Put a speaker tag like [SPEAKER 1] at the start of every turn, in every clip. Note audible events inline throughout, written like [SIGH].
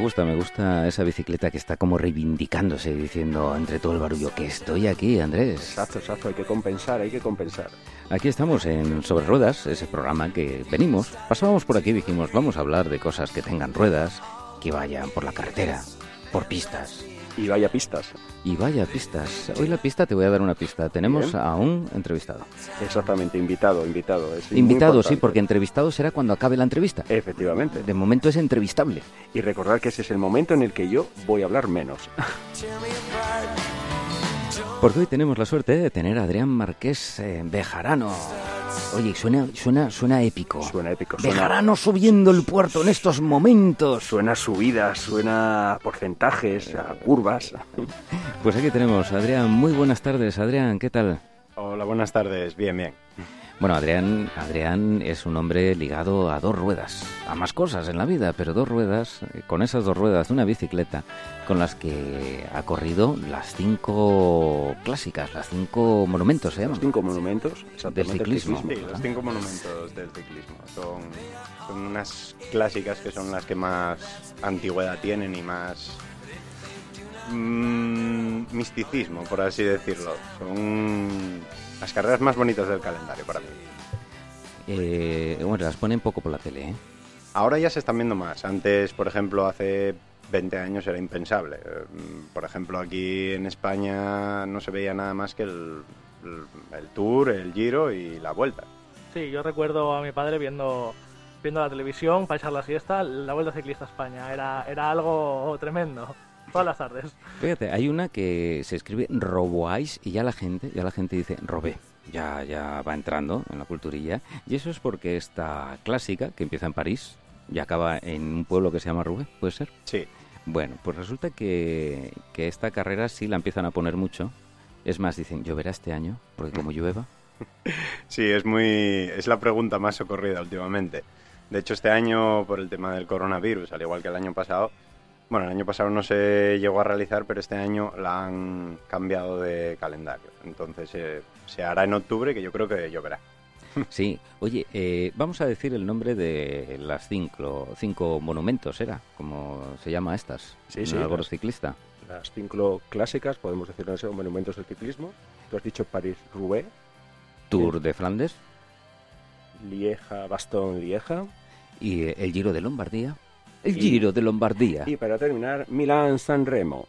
[SPEAKER 1] gusta, me gusta esa bicicleta que está como reivindicándose, diciendo entre todo el barullo que estoy aquí, Andrés.
[SPEAKER 2] Exacto, exacto, hay que compensar, hay que compensar.
[SPEAKER 1] Aquí estamos en Sobre Ruedas, ese programa que venimos, pasábamos por aquí y dijimos, vamos a hablar de cosas que tengan ruedas, que vayan por la carretera, por pistas.
[SPEAKER 2] Y vaya pistas.
[SPEAKER 1] Y vaya pistas. Hoy la pista te voy a dar una pista. Tenemos
[SPEAKER 2] Bien.
[SPEAKER 1] a un entrevistado.
[SPEAKER 2] Exactamente, invitado, invitado. es muy
[SPEAKER 1] Invitado, sí,
[SPEAKER 2] importante. Eh.
[SPEAKER 1] porque entrevistado será cuando acabe la entrevista.
[SPEAKER 2] Efectivamente.
[SPEAKER 1] De momento es entrevistable.
[SPEAKER 2] Y recordar que ese es el momento en el que yo voy a hablar menos.
[SPEAKER 1] Porque hoy tenemos la suerte de tener a Adrián Marqués eh, Bejarano. Oye, suena, suena, suena épico.
[SPEAKER 2] Suena épico, suena,
[SPEAKER 1] Bejarano subiendo el puerto en estos momentos.
[SPEAKER 2] suena subidas, suena a porcentajes, a
[SPEAKER 1] Eh,
[SPEAKER 2] curvas.
[SPEAKER 1] Pues aquí tenemos a Adrián. Muy buenas tardes, Adrián. ¿Qué tal?
[SPEAKER 3] Hola, buenas tardes. Bien, bien.
[SPEAKER 1] Bueno, Adrián, Adrián es un hombre ligado a dos ruedas, a más cosas en la vida, pero dos ruedas, eh, con esas dos ruedas, una bicicleta, con las que ha corrido las cinco clásicas, las cinco monumentos, se
[SPEAKER 2] Los
[SPEAKER 1] llaman.
[SPEAKER 2] cinco monumentos. exactamente,
[SPEAKER 1] Del
[SPEAKER 2] el
[SPEAKER 1] ciclismo.
[SPEAKER 3] Sí, los cinco monumentos del ciclismo. Son, son unas clásicas que son las que más antigüedad tienen y más mm, misticismo, por así decirlo. Son las carreras más bonitas del calendario para mí.
[SPEAKER 1] Eh, bueno, las ponen poco por la tele, ¿eh?
[SPEAKER 3] Ahora ya se están viendo más. Antes, por ejemplo, hace 20 años era impensable. Eh, mm, Por ejemplo, aquí en España no se veía nada más que el- el- el Tour, el Giro y la Vuelta.
[SPEAKER 4] Sí, yo recuerdo a mi padre viendo viendo la televisión para echar la siesta, la Vuelta Ciclista a España. Era, era algo tremendo. Todas las tardes.
[SPEAKER 1] Fíjate, hay una que se escribe Roboáis y ya la gente, ya la gente dice robé. Ya, ya va entrando en la culturilla. Y eso es porque esta clásica, que empieza en París y acaba en un pueblo que se llama Roubaix, ¿puede ser?
[SPEAKER 3] Sí,
[SPEAKER 1] Bueno, pues resulta que, que esta carrera sí la empiezan a poner mucho. Es más, dicen, lloverá este año, porque como
[SPEAKER 2] [LAUGHS]
[SPEAKER 1] llueva,
[SPEAKER 3] Sí, es muy es la pregunta más socorrida últimamente. De hecho, este año por el tema del coronavirus, al igual que el año pasado, bueno, el año pasado no se llegó a realizar, pero este año la han cambiado de calendario. Entonces eh, se hará en octubre, que yo creo que lloverá.
[SPEAKER 1] sí. Oye, eh, vamos a decir el nombre de las cinco, cinco monumentos, ¿era? Como se llama estas.
[SPEAKER 2] Sí,
[SPEAKER 1] en
[SPEAKER 2] sí,
[SPEAKER 1] el alboroto
[SPEAKER 2] las-
[SPEAKER 1] ciclista.
[SPEAKER 2] Las cinco clásicas, podemos decir, son monumentos del ciclismo. Tú has dicho París-Roubaix,
[SPEAKER 1] Tour de Flandes
[SPEAKER 2] Lieja-Bastón-Lieja.
[SPEAKER 1] y eh, el Giro de Lombardía. El
[SPEAKER 2] Y-
[SPEAKER 1] Giro de Lombardía.
[SPEAKER 2] Y para terminar, Milán-San Remo.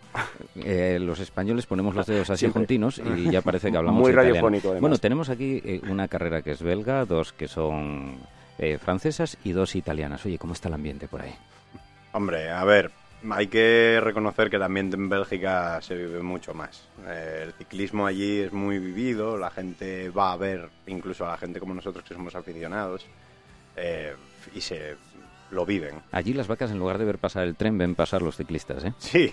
[SPEAKER 1] Eh, los españoles ponemos los dedos así
[SPEAKER 2] Siempre.
[SPEAKER 1] juntinos y ya parece que hablamos
[SPEAKER 2] Muy
[SPEAKER 1] italiano.
[SPEAKER 2] radiofónico, además.
[SPEAKER 1] Bueno, tenemos aquí eh, una carrera que es belga, dos que son eh, francesas y dos italianas. Oye, ¿cómo está el ambiente por ahí?
[SPEAKER 3] Hombre, a ver, hay que reconocer que el ambiente en Bélgica se vive mucho más. Eh, el ciclismo allí es muy vivido, la gente va a ver, incluso a la gente como nosotros que somos aficionados, eh, y se lo viven.
[SPEAKER 1] Allí las vacas, en lugar de ver pasar el tren, ven pasar los ciclistas, ¿eh?
[SPEAKER 3] [LAUGHS] Sí,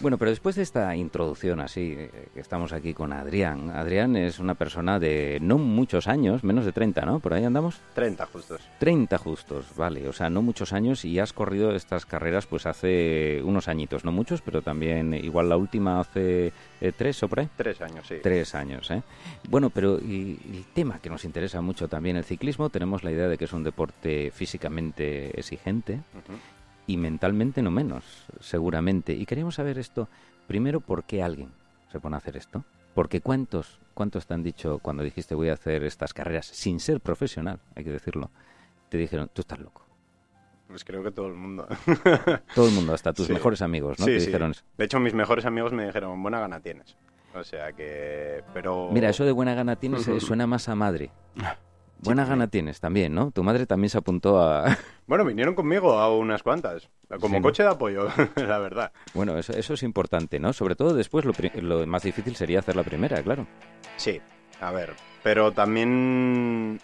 [SPEAKER 1] Bueno, pero después de esta introducción así, eh, que estamos aquí con Adrián. Adrián es una persona de no muchos años, menos de 30, ¿no? Por ahí andamos.
[SPEAKER 3] 30 justos.
[SPEAKER 1] 30 justos, vale, o sea, no muchos años y has corrido estas carreras pues hace unos añitos, no muchos, pero también igual la última hace eh, tres o por ahí.
[SPEAKER 3] Tres años, sí.
[SPEAKER 1] Tres años, ¿eh? Bueno, pero y- el tema que nos interesa mucho también, el ciclismo, tenemos la idea de que es un deporte físicamente exigente
[SPEAKER 3] Ujú.
[SPEAKER 1] y mentalmente no menos, seguramente. Y queríamos saber esto, primero, ¿por qué alguien se pone a hacer esto? Porque ¿cuántos, cuántos te han dicho cuando dijiste voy a hacer estas carreras sin ser profesional, hay que decirlo? Te dijeron, tú estás loco.
[SPEAKER 3] Pues creo que todo
[SPEAKER 1] [LAUGHS]
[SPEAKER 3] el mundo.
[SPEAKER 1] Todo el mundo, hasta tus
[SPEAKER 3] Sí.
[SPEAKER 1] mejores amigos, ¿no?
[SPEAKER 3] Sí,
[SPEAKER 1] te
[SPEAKER 3] sí.
[SPEAKER 1] dijeron, eso.
[SPEAKER 3] De hecho, mis mejores amigos me dijeron, buena gana tienes. O sea que... Pero...
[SPEAKER 1] mira, eso de buena gana tienes
[SPEAKER 3] [LAUGHS]
[SPEAKER 1] eh, suena más a madre.
[SPEAKER 3] Ah,
[SPEAKER 1] Buena gana tienes también, ¿no? Tu madre también se apuntó a... [LAUGHS]
[SPEAKER 3] Bueno, vinieron conmigo a unas cuantas. Como
[SPEAKER 1] Sí, ¿no?
[SPEAKER 3] coche de apoyo, [LAUGHS] la verdad.
[SPEAKER 1] Bueno, eso, eso es importante, ¿no? Sobre todo después lo, pri- lo más difícil sería hacer la primera, claro.
[SPEAKER 3] Sí, a ver. Pero también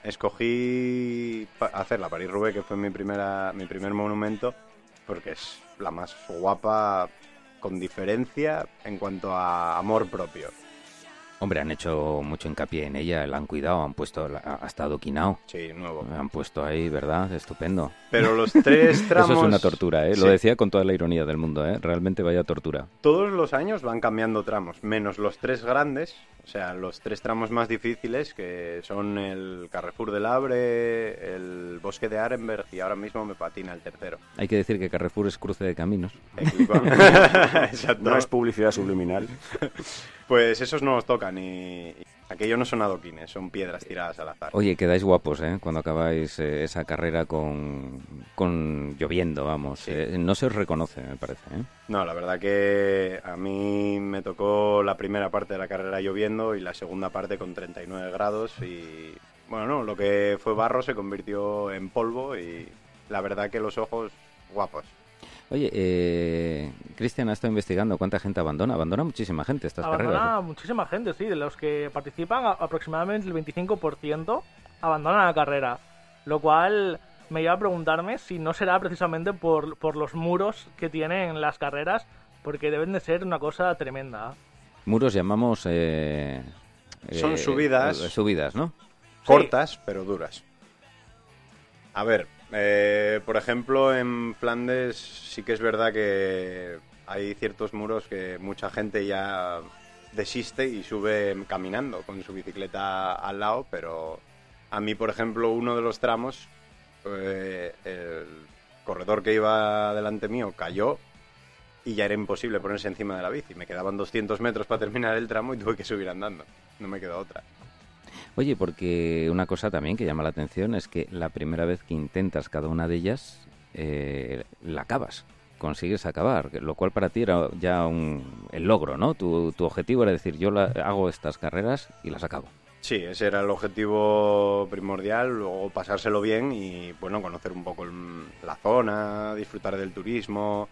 [SPEAKER 3] escogí pa- hacerla, París Roubaix, que fue mi, primera, mi primer monumento, porque es la más guapa con diferencia en cuanto a amor propio.
[SPEAKER 1] Hombre, han hecho mucho hincapié en ella, la han cuidado, han puesto la- hasta adoquinado.
[SPEAKER 3] Sí, nuevo.
[SPEAKER 1] Han puesto ahí, ¿verdad? Estupendo. [LAUGHS]
[SPEAKER 3] Pero los tres tramos...
[SPEAKER 1] Eso es una tortura, ¿eh? Lo
[SPEAKER 3] Sí.
[SPEAKER 1] decía con toda la ironía del mundo, ¿eh? Realmente vaya tortura.
[SPEAKER 3] Todos los años van cambiando tramos, menos los tres grandes, o sea, los tres tramos más difíciles, que son el Carrefour del Abre, el Bosque de Arenberg y ahora mismo me patina el tercero.
[SPEAKER 1] Hay que decir que Carrefour es cruce de caminos. [LAUGHS]
[SPEAKER 3] [LAUGHS] Exacto.
[SPEAKER 2] No es publicidad subliminal.
[SPEAKER 3] Pues esos no los tocan y... y Aquello no son adoquines, son piedras tiradas al azar.
[SPEAKER 1] Oye, quedáis guapos, ¿eh? Cuando acabáis eh, esa carrera con, con lloviendo, vamos.
[SPEAKER 3] Sí.
[SPEAKER 1] Eh, no se os reconoce, me parece, ¿eh?
[SPEAKER 3] No, la verdad que a mí me tocó la primera parte de la carrera lloviendo y la segunda parte con 39 grados y bueno, no, lo que fue barro se convirtió en polvo y la verdad que los ojos guapos.
[SPEAKER 1] Oye, eh, Cristian ha estado investigando cuánta gente abandona. Abandona muchísima gente estas
[SPEAKER 4] Abandona
[SPEAKER 1] carreras.
[SPEAKER 4] a muchísima gente, sí. De los que participan, a- aproximadamente el 25% abandonan la carrera. Lo cual me lleva a preguntarme si no será precisamente por, por los muros que tienen las carreras, porque deben de ser una cosa tremenda.
[SPEAKER 1] Muros llamamos... eh,
[SPEAKER 3] Son subidas.
[SPEAKER 1] eh, Subidas, ¿no?
[SPEAKER 3] Cortas, pero duras. A ver, eh, por ejemplo, en Flandes sí que es verdad que hay ciertos muros que mucha gente ya desiste y sube caminando con su bicicleta al lado, pero a mí, por ejemplo, uno de los tramos, eh, el corredor que iba delante mío cayó y ya era imposible ponerse encima de la bici. Me quedaban 200 metros para terminar el tramo y tuve que subir andando. No me quedó otra.
[SPEAKER 1] Oye, porque una cosa también que llama la atención es que la primera vez que intentas cada una de ellas, eh, la acabas, consigues acabar, que- lo cual para ti era ya un, el logro, ¿no? Tu, tu objetivo era decir, yo la- hago estas carreras y las acabo.
[SPEAKER 3] Sí, ese era el objetivo primordial, luego pasárselo bien y bueno, conocer un poco el- la zona, disfrutar del turismo.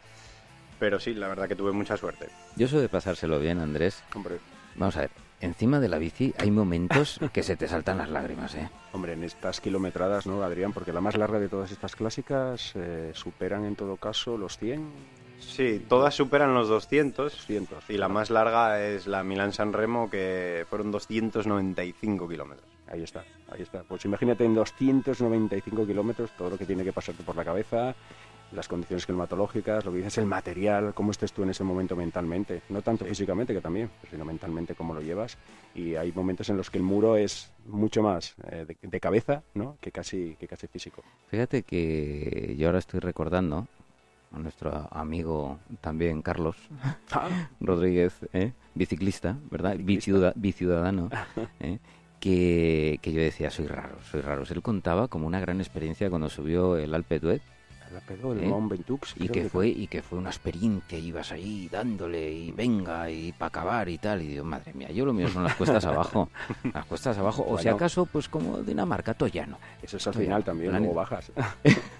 [SPEAKER 3] Pero sí, la verdad que tuve mucha suerte.
[SPEAKER 1] Yo soy de pasárselo bien, Andrés.
[SPEAKER 2] Hombre,
[SPEAKER 1] Vamos a ver, encima de la bici hay [LAUGHS] momentos que se te saltan las lágrimas, ¿eh?
[SPEAKER 2] hombre, en estas kilometradas, ¿no, Adrián? Porque la más larga de todas estas clásicas eh, superan en todo caso los 100,
[SPEAKER 3] Sí, todas superan los 200
[SPEAKER 2] 200.
[SPEAKER 3] y la más larga es la Milán-San Remo que fueron 295 kilómetros.
[SPEAKER 2] Ahí está, ahí está. Pues imagínate en 295 kilómetros todo lo que tiene que pasarte por la cabeza, las condiciones climatológicas, lo que dices, el material, cómo estés tú en ese momento mentalmente. No tanto físicamente, que también, sino mentalmente cómo lo llevas. Y hay momentos en los que el muro es mucho más eh, de, de cabeza, ¿no? Que casi, que casi físico.
[SPEAKER 1] Fíjate que yo ahora estoy recordando a nuestro amigo también Carlos
[SPEAKER 3] Ah.
[SPEAKER 1] Rodríguez, ¿eh? biciclista, ¿verdad? Biciuda- [LAUGHS] biciudadano, ¿eh? que, que yo decía, soy raro, soy raro. Él contaba como una gran experiencia cuando subió el Alpe d'Huez
[SPEAKER 2] El pedo, el
[SPEAKER 1] ¿Eh?
[SPEAKER 2] Mont Ventoux,
[SPEAKER 1] y
[SPEAKER 2] creo
[SPEAKER 1] que fue y que fue una experiencia, ibas ahí dándole y venga y para acabar y tal. Y digo, madre mía, yo lo mío son las cuestas abajo, las cuestas abajo, o si
[SPEAKER 2] Bueno.
[SPEAKER 1] acaso, pues como Dinamarca, Toyano.
[SPEAKER 2] Eso es al
[SPEAKER 1] Oye,
[SPEAKER 2] final también,
[SPEAKER 1] la
[SPEAKER 2] luego
[SPEAKER 1] neta. [LAUGHS]
[SPEAKER 2] bajas.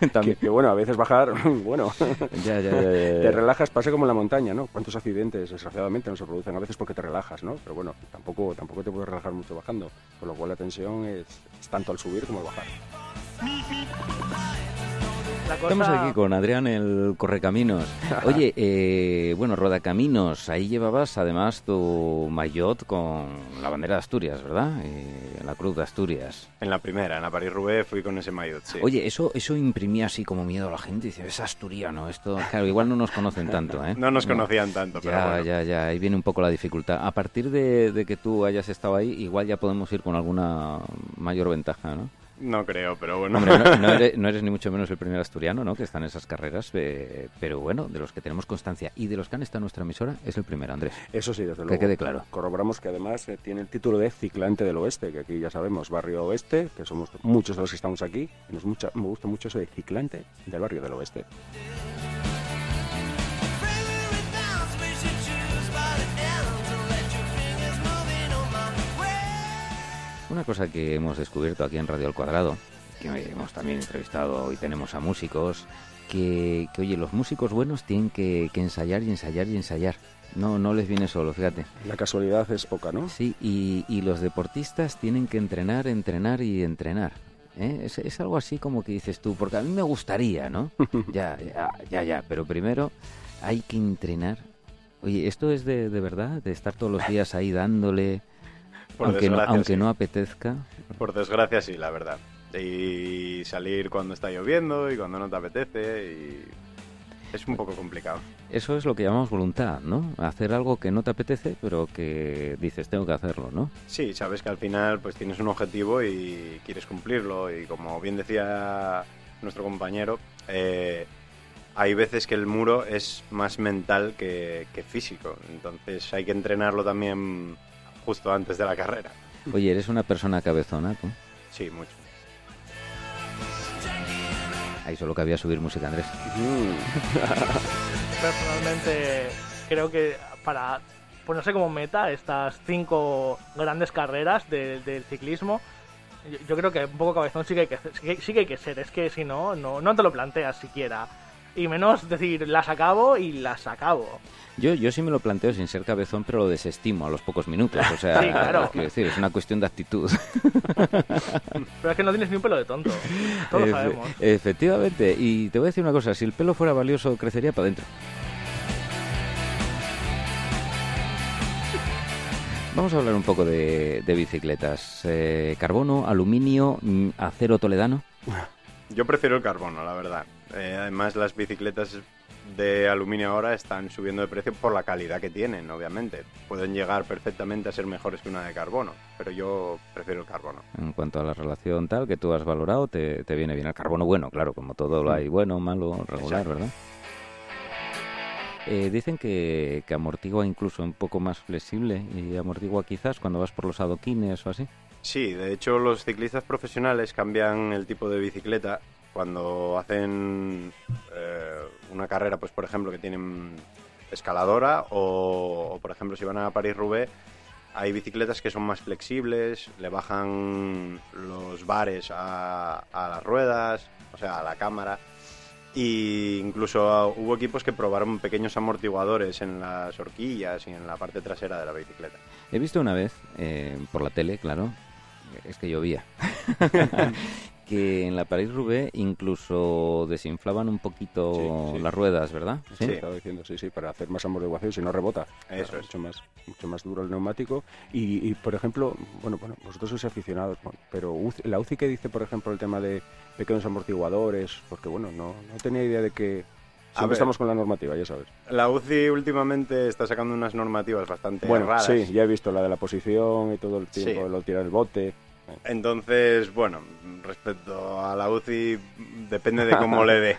[SPEAKER 2] Que,
[SPEAKER 1] También. Eh.
[SPEAKER 2] que bueno, a veces bajar, [LAUGHS] bueno,
[SPEAKER 1] [LAUGHS] Ya, ya, ya, ya,
[SPEAKER 2] te
[SPEAKER 1] ya.
[SPEAKER 2] relajas, pasa como en la montaña, ¿no? Cuántos accidentes, desgraciadamente, no se producen a veces porque te relajas, ¿no? Pero bueno, tampoco, tampoco te puedes relajar mucho bajando, con lo cual la tensión es, es tanto al subir como al bajar.
[SPEAKER 4] La cosa-
[SPEAKER 1] Estamos aquí con Adrián el
[SPEAKER 3] [LAUGHS]
[SPEAKER 1] Correcaminos. Oye, eh, bueno, Rodacaminos, ahí llevabas además tu maillot con la bandera de Asturias, ¿verdad? Eh, la cruz de Asturias.
[SPEAKER 3] En la primera, en la París-Roubaix fui con ese maillot, sí.
[SPEAKER 1] Oye, eso, eso imprimía así como miedo a la gente. Dice, es asturiano esto. Claro, igual no nos conocen tanto, ¿eh?
[SPEAKER 3] [LAUGHS] no nos conocían tanto, pero
[SPEAKER 1] Ya,
[SPEAKER 3] bueno.
[SPEAKER 1] ya, ya, ahí viene un poco la dificultad. A partir de, de que tú hayas estado ahí, igual ya podemos ir con alguna mayor ventaja, ¿no?
[SPEAKER 3] No creo, pero bueno.
[SPEAKER 1] Hombre, no, no eres, no eres ni mucho menos el primer asturiano, ¿no? Que está en esas carreras, eh, pero bueno, de los que tenemos constancia y de los que han estado en nuestra emisora, es el primero, Andrés.
[SPEAKER 2] Eso sí, desde
[SPEAKER 1] Que
[SPEAKER 2] luego.
[SPEAKER 1] quede claro.
[SPEAKER 2] Corroboramos que además eh, tiene el título de ciclante del oeste, que aquí ya sabemos, barrio oeste, que somos muchos de los que estamos aquí, y nos mucha- me gusta mucho eso de ciclante del barrio del oeste.
[SPEAKER 1] Una cosa que hemos descubierto aquí en Radio Al Cuadrado, que hemos también entrevistado y tenemos a músicos, que, que, oye, los músicos buenos tienen que, que ensayar y ensayar y ensayar. No, no les viene solo, fíjate.
[SPEAKER 2] La casualidad es poca, ¿no?
[SPEAKER 1] Sí, y, y los deportistas tienen que entrenar, entrenar y entrenar. ¿eh? Es, es algo así como que dices tú, porque a mí me gustaría,
[SPEAKER 3] [LAUGHS]
[SPEAKER 1] ¿no? Ya, ya, ya, ya, pero primero hay que entrenar. Oye, ¿esto es de, de verdad? ¿De estar todos los días ahí dándole?
[SPEAKER 3] [LAUGHS] Por
[SPEAKER 1] aunque no,
[SPEAKER 3] desgracia,
[SPEAKER 1] aunque
[SPEAKER 3] sí.
[SPEAKER 1] no apetezca.
[SPEAKER 3] Por desgracia, sí, la verdad. Y salir cuando está lloviendo y cuando no te apetece y... Es un poco complicado.
[SPEAKER 1] Eso es lo que llamamos voluntad, ¿no? Hacer algo que no te apetece, pero que dices, tengo que hacerlo, ¿no?
[SPEAKER 3] Sí, sabes que al final pues tienes un objetivo y quieres cumplirlo y como bien decía nuestro compañero, eh, hay veces que el muro es más mental que, que físico, entonces hay que entrenarlo también justo antes de la carrera.
[SPEAKER 1] Oye, eres una persona cabezona, tú.
[SPEAKER 3] Sí, mucho.
[SPEAKER 1] Ahí solo cabía subir música, Andrés.
[SPEAKER 2] Mm.
[SPEAKER 4] Personalmente creo que para ponerse como meta estas cinco grandes carreras de- del ciclismo, yo, yo creo que un poco cabezón sí que, hay que, sí que- sí que hay que ser, es que si no, no, no te lo planteas siquiera. Y menos decir, las acabo y las acabo.
[SPEAKER 1] Yo, yo sí me lo planteo sin ser cabezón, pero lo desestimo a los pocos minutos. O sea,
[SPEAKER 4] [LAUGHS] Sí, claro.
[SPEAKER 1] quiero decir, es una cuestión de actitud.
[SPEAKER 4] Pero es que no tienes ni un pelo de tonto.
[SPEAKER 1] [LAUGHS]
[SPEAKER 4] Todos lo
[SPEAKER 1] Efe-
[SPEAKER 4] sabemos.
[SPEAKER 1] Efectivamente. Y te voy a decir una cosa, si el pelo fuera valioso, crecería para adentro. Vamos a hablar un poco de, de bicicletas. Eh, carbono, aluminio, mm, acero toledano.
[SPEAKER 3] Yo prefiero el carbono, la verdad. Eh, además las bicicletas de aluminio ahora están subiendo de precio por la calidad que tienen, obviamente. Pueden llegar perfectamente a ser mejores que una de carbono, pero yo prefiero el carbono.
[SPEAKER 1] En cuanto a la relación tal que tú has valorado, te, te viene bien el carbono bueno, claro, como todo lo hay bueno, malo, regular,
[SPEAKER 3] Mm. Exacto.
[SPEAKER 1] ¿verdad? Eh, dicen que, que amortigua incluso un poco más flexible y amortigua quizás cuando vas por los adoquines o así.
[SPEAKER 3] Sí, de hecho los ciclistas profesionales cambian el tipo de bicicleta cuando hacen eh, una carrera, pues por ejemplo que tienen escaladora o, o, por ejemplo si van a París-Roubaix hay bicicletas que son más flexibles, le bajan los bares a, a las ruedas, o sea, a la cámara. Y incluso ah, hubo equipos que probaron pequeños amortiguadores en las horquillas y en la parte trasera de la bicicleta.
[SPEAKER 1] He visto una vez, eh, por la tele, claro, es que
[SPEAKER 3] [LAUGHS]
[SPEAKER 1] llovía, que en la París-Roubaix incluso desinflaban un poquito
[SPEAKER 2] Sí, sí.
[SPEAKER 1] las ruedas, ¿verdad?
[SPEAKER 3] Sí.
[SPEAKER 2] Estaba diciendo, sí, sí, para hacer más amortiguación, si no rebota.
[SPEAKER 3] Eso
[SPEAKER 2] Claro,
[SPEAKER 3] es.
[SPEAKER 2] Mucho más, mucho más duro el neumático. Y, y, por ejemplo, bueno, bueno, vosotros sois aficionados, bueno, pero UC la UCI que dice, por ejemplo, el tema de pequeños amortiguadores, porque bueno, no, no tenía idea de que...
[SPEAKER 3] A
[SPEAKER 2] Siempre
[SPEAKER 3] ver.
[SPEAKER 2] estamos con la normativa, ya sabes.
[SPEAKER 3] La UCI últimamente está sacando unas normativas bastante
[SPEAKER 2] bueno,
[SPEAKER 3] raras.
[SPEAKER 2] sí, ya he visto la de la posición y todo el
[SPEAKER 3] Sí.
[SPEAKER 2] tiempo, lo tirar el bote.
[SPEAKER 3] Entonces, bueno, respecto a la UCI, depende de cómo
[SPEAKER 2] [LAUGHS]
[SPEAKER 3] le dé.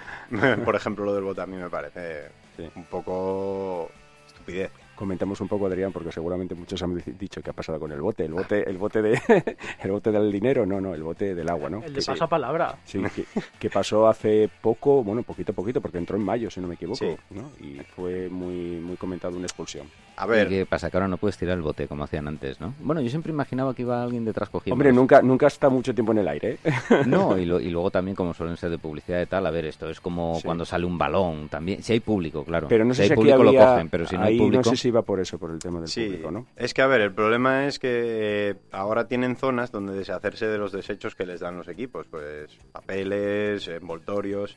[SPEAKER 3] Por ejemplo, lo del bote a mí me parece
[SPEAKER 2] Sí.
[SPEAKER 3] un poco estupidez.
[SPEAKER 2] Comentamos un poco, Adrián, porque seguramente muchos han dic- dicho qué ha pasado con el bote, el bote, el bote de, [LAUGHS] el bote del dinero, no, no, el bote del agua, ¿no?
[SPEAKER 4] El de
[SPEAKER 2] Sí.
[SPEAKER 4] paso a palabra.
[SPEAKER 2] Sí, que, que pasó hace poco, bueno, poquito a poquito, porque entró en mayo, si no me equivoco,
[SPEAKER 3] Sí.
[SPEAKER 2] ¿no? Y fue muy, muy comentado una expulsión.
[SPEAKER 3] A
[SPEAKER 1] ¿Y
[SPEAKER 3] ver,
[SPEAKER 1] qué pasa? Que ahora no puedes tirar el bote como hacían antes, ¿no? Bueno, yo siempre imaginaba que iba alguien detrás cogiendo.
[SPEAKER 2] Hombre, nunca, nunca está mucho tiempo en el aire. ¿eh?
[SPEAKER 1] No, y, lo- y luego también como suelen ser de publicidad y tal, a ver, esto es como
[SPEAKER 2] Sí.
[SPEAKER 1] cuando sale un balón también. Si hay público, claro.
[SPEAKER 2] [LAUGHS] Pero no
[SPEAKER 1] si
[SPEAKER 2] sé
[SPEAKER 1] hay
[SPEAKER 2] si aquí
[SPEAKER 1] público
[SPEAKER 2] había-
[SPEAKER 1] lo cogen, pero si no hay
[SPEAKER 2] ahí
[SPEAKER 1] público...
[SPEAKER 2] sé si iba por eso, por el tema del público, ¿no?
[SPEAKER 3] Es que, a ver, el problema es que eh, ahora tienen zonas donde deshacerse de los desechos que les dan los equipos, pues papeles, envoltorios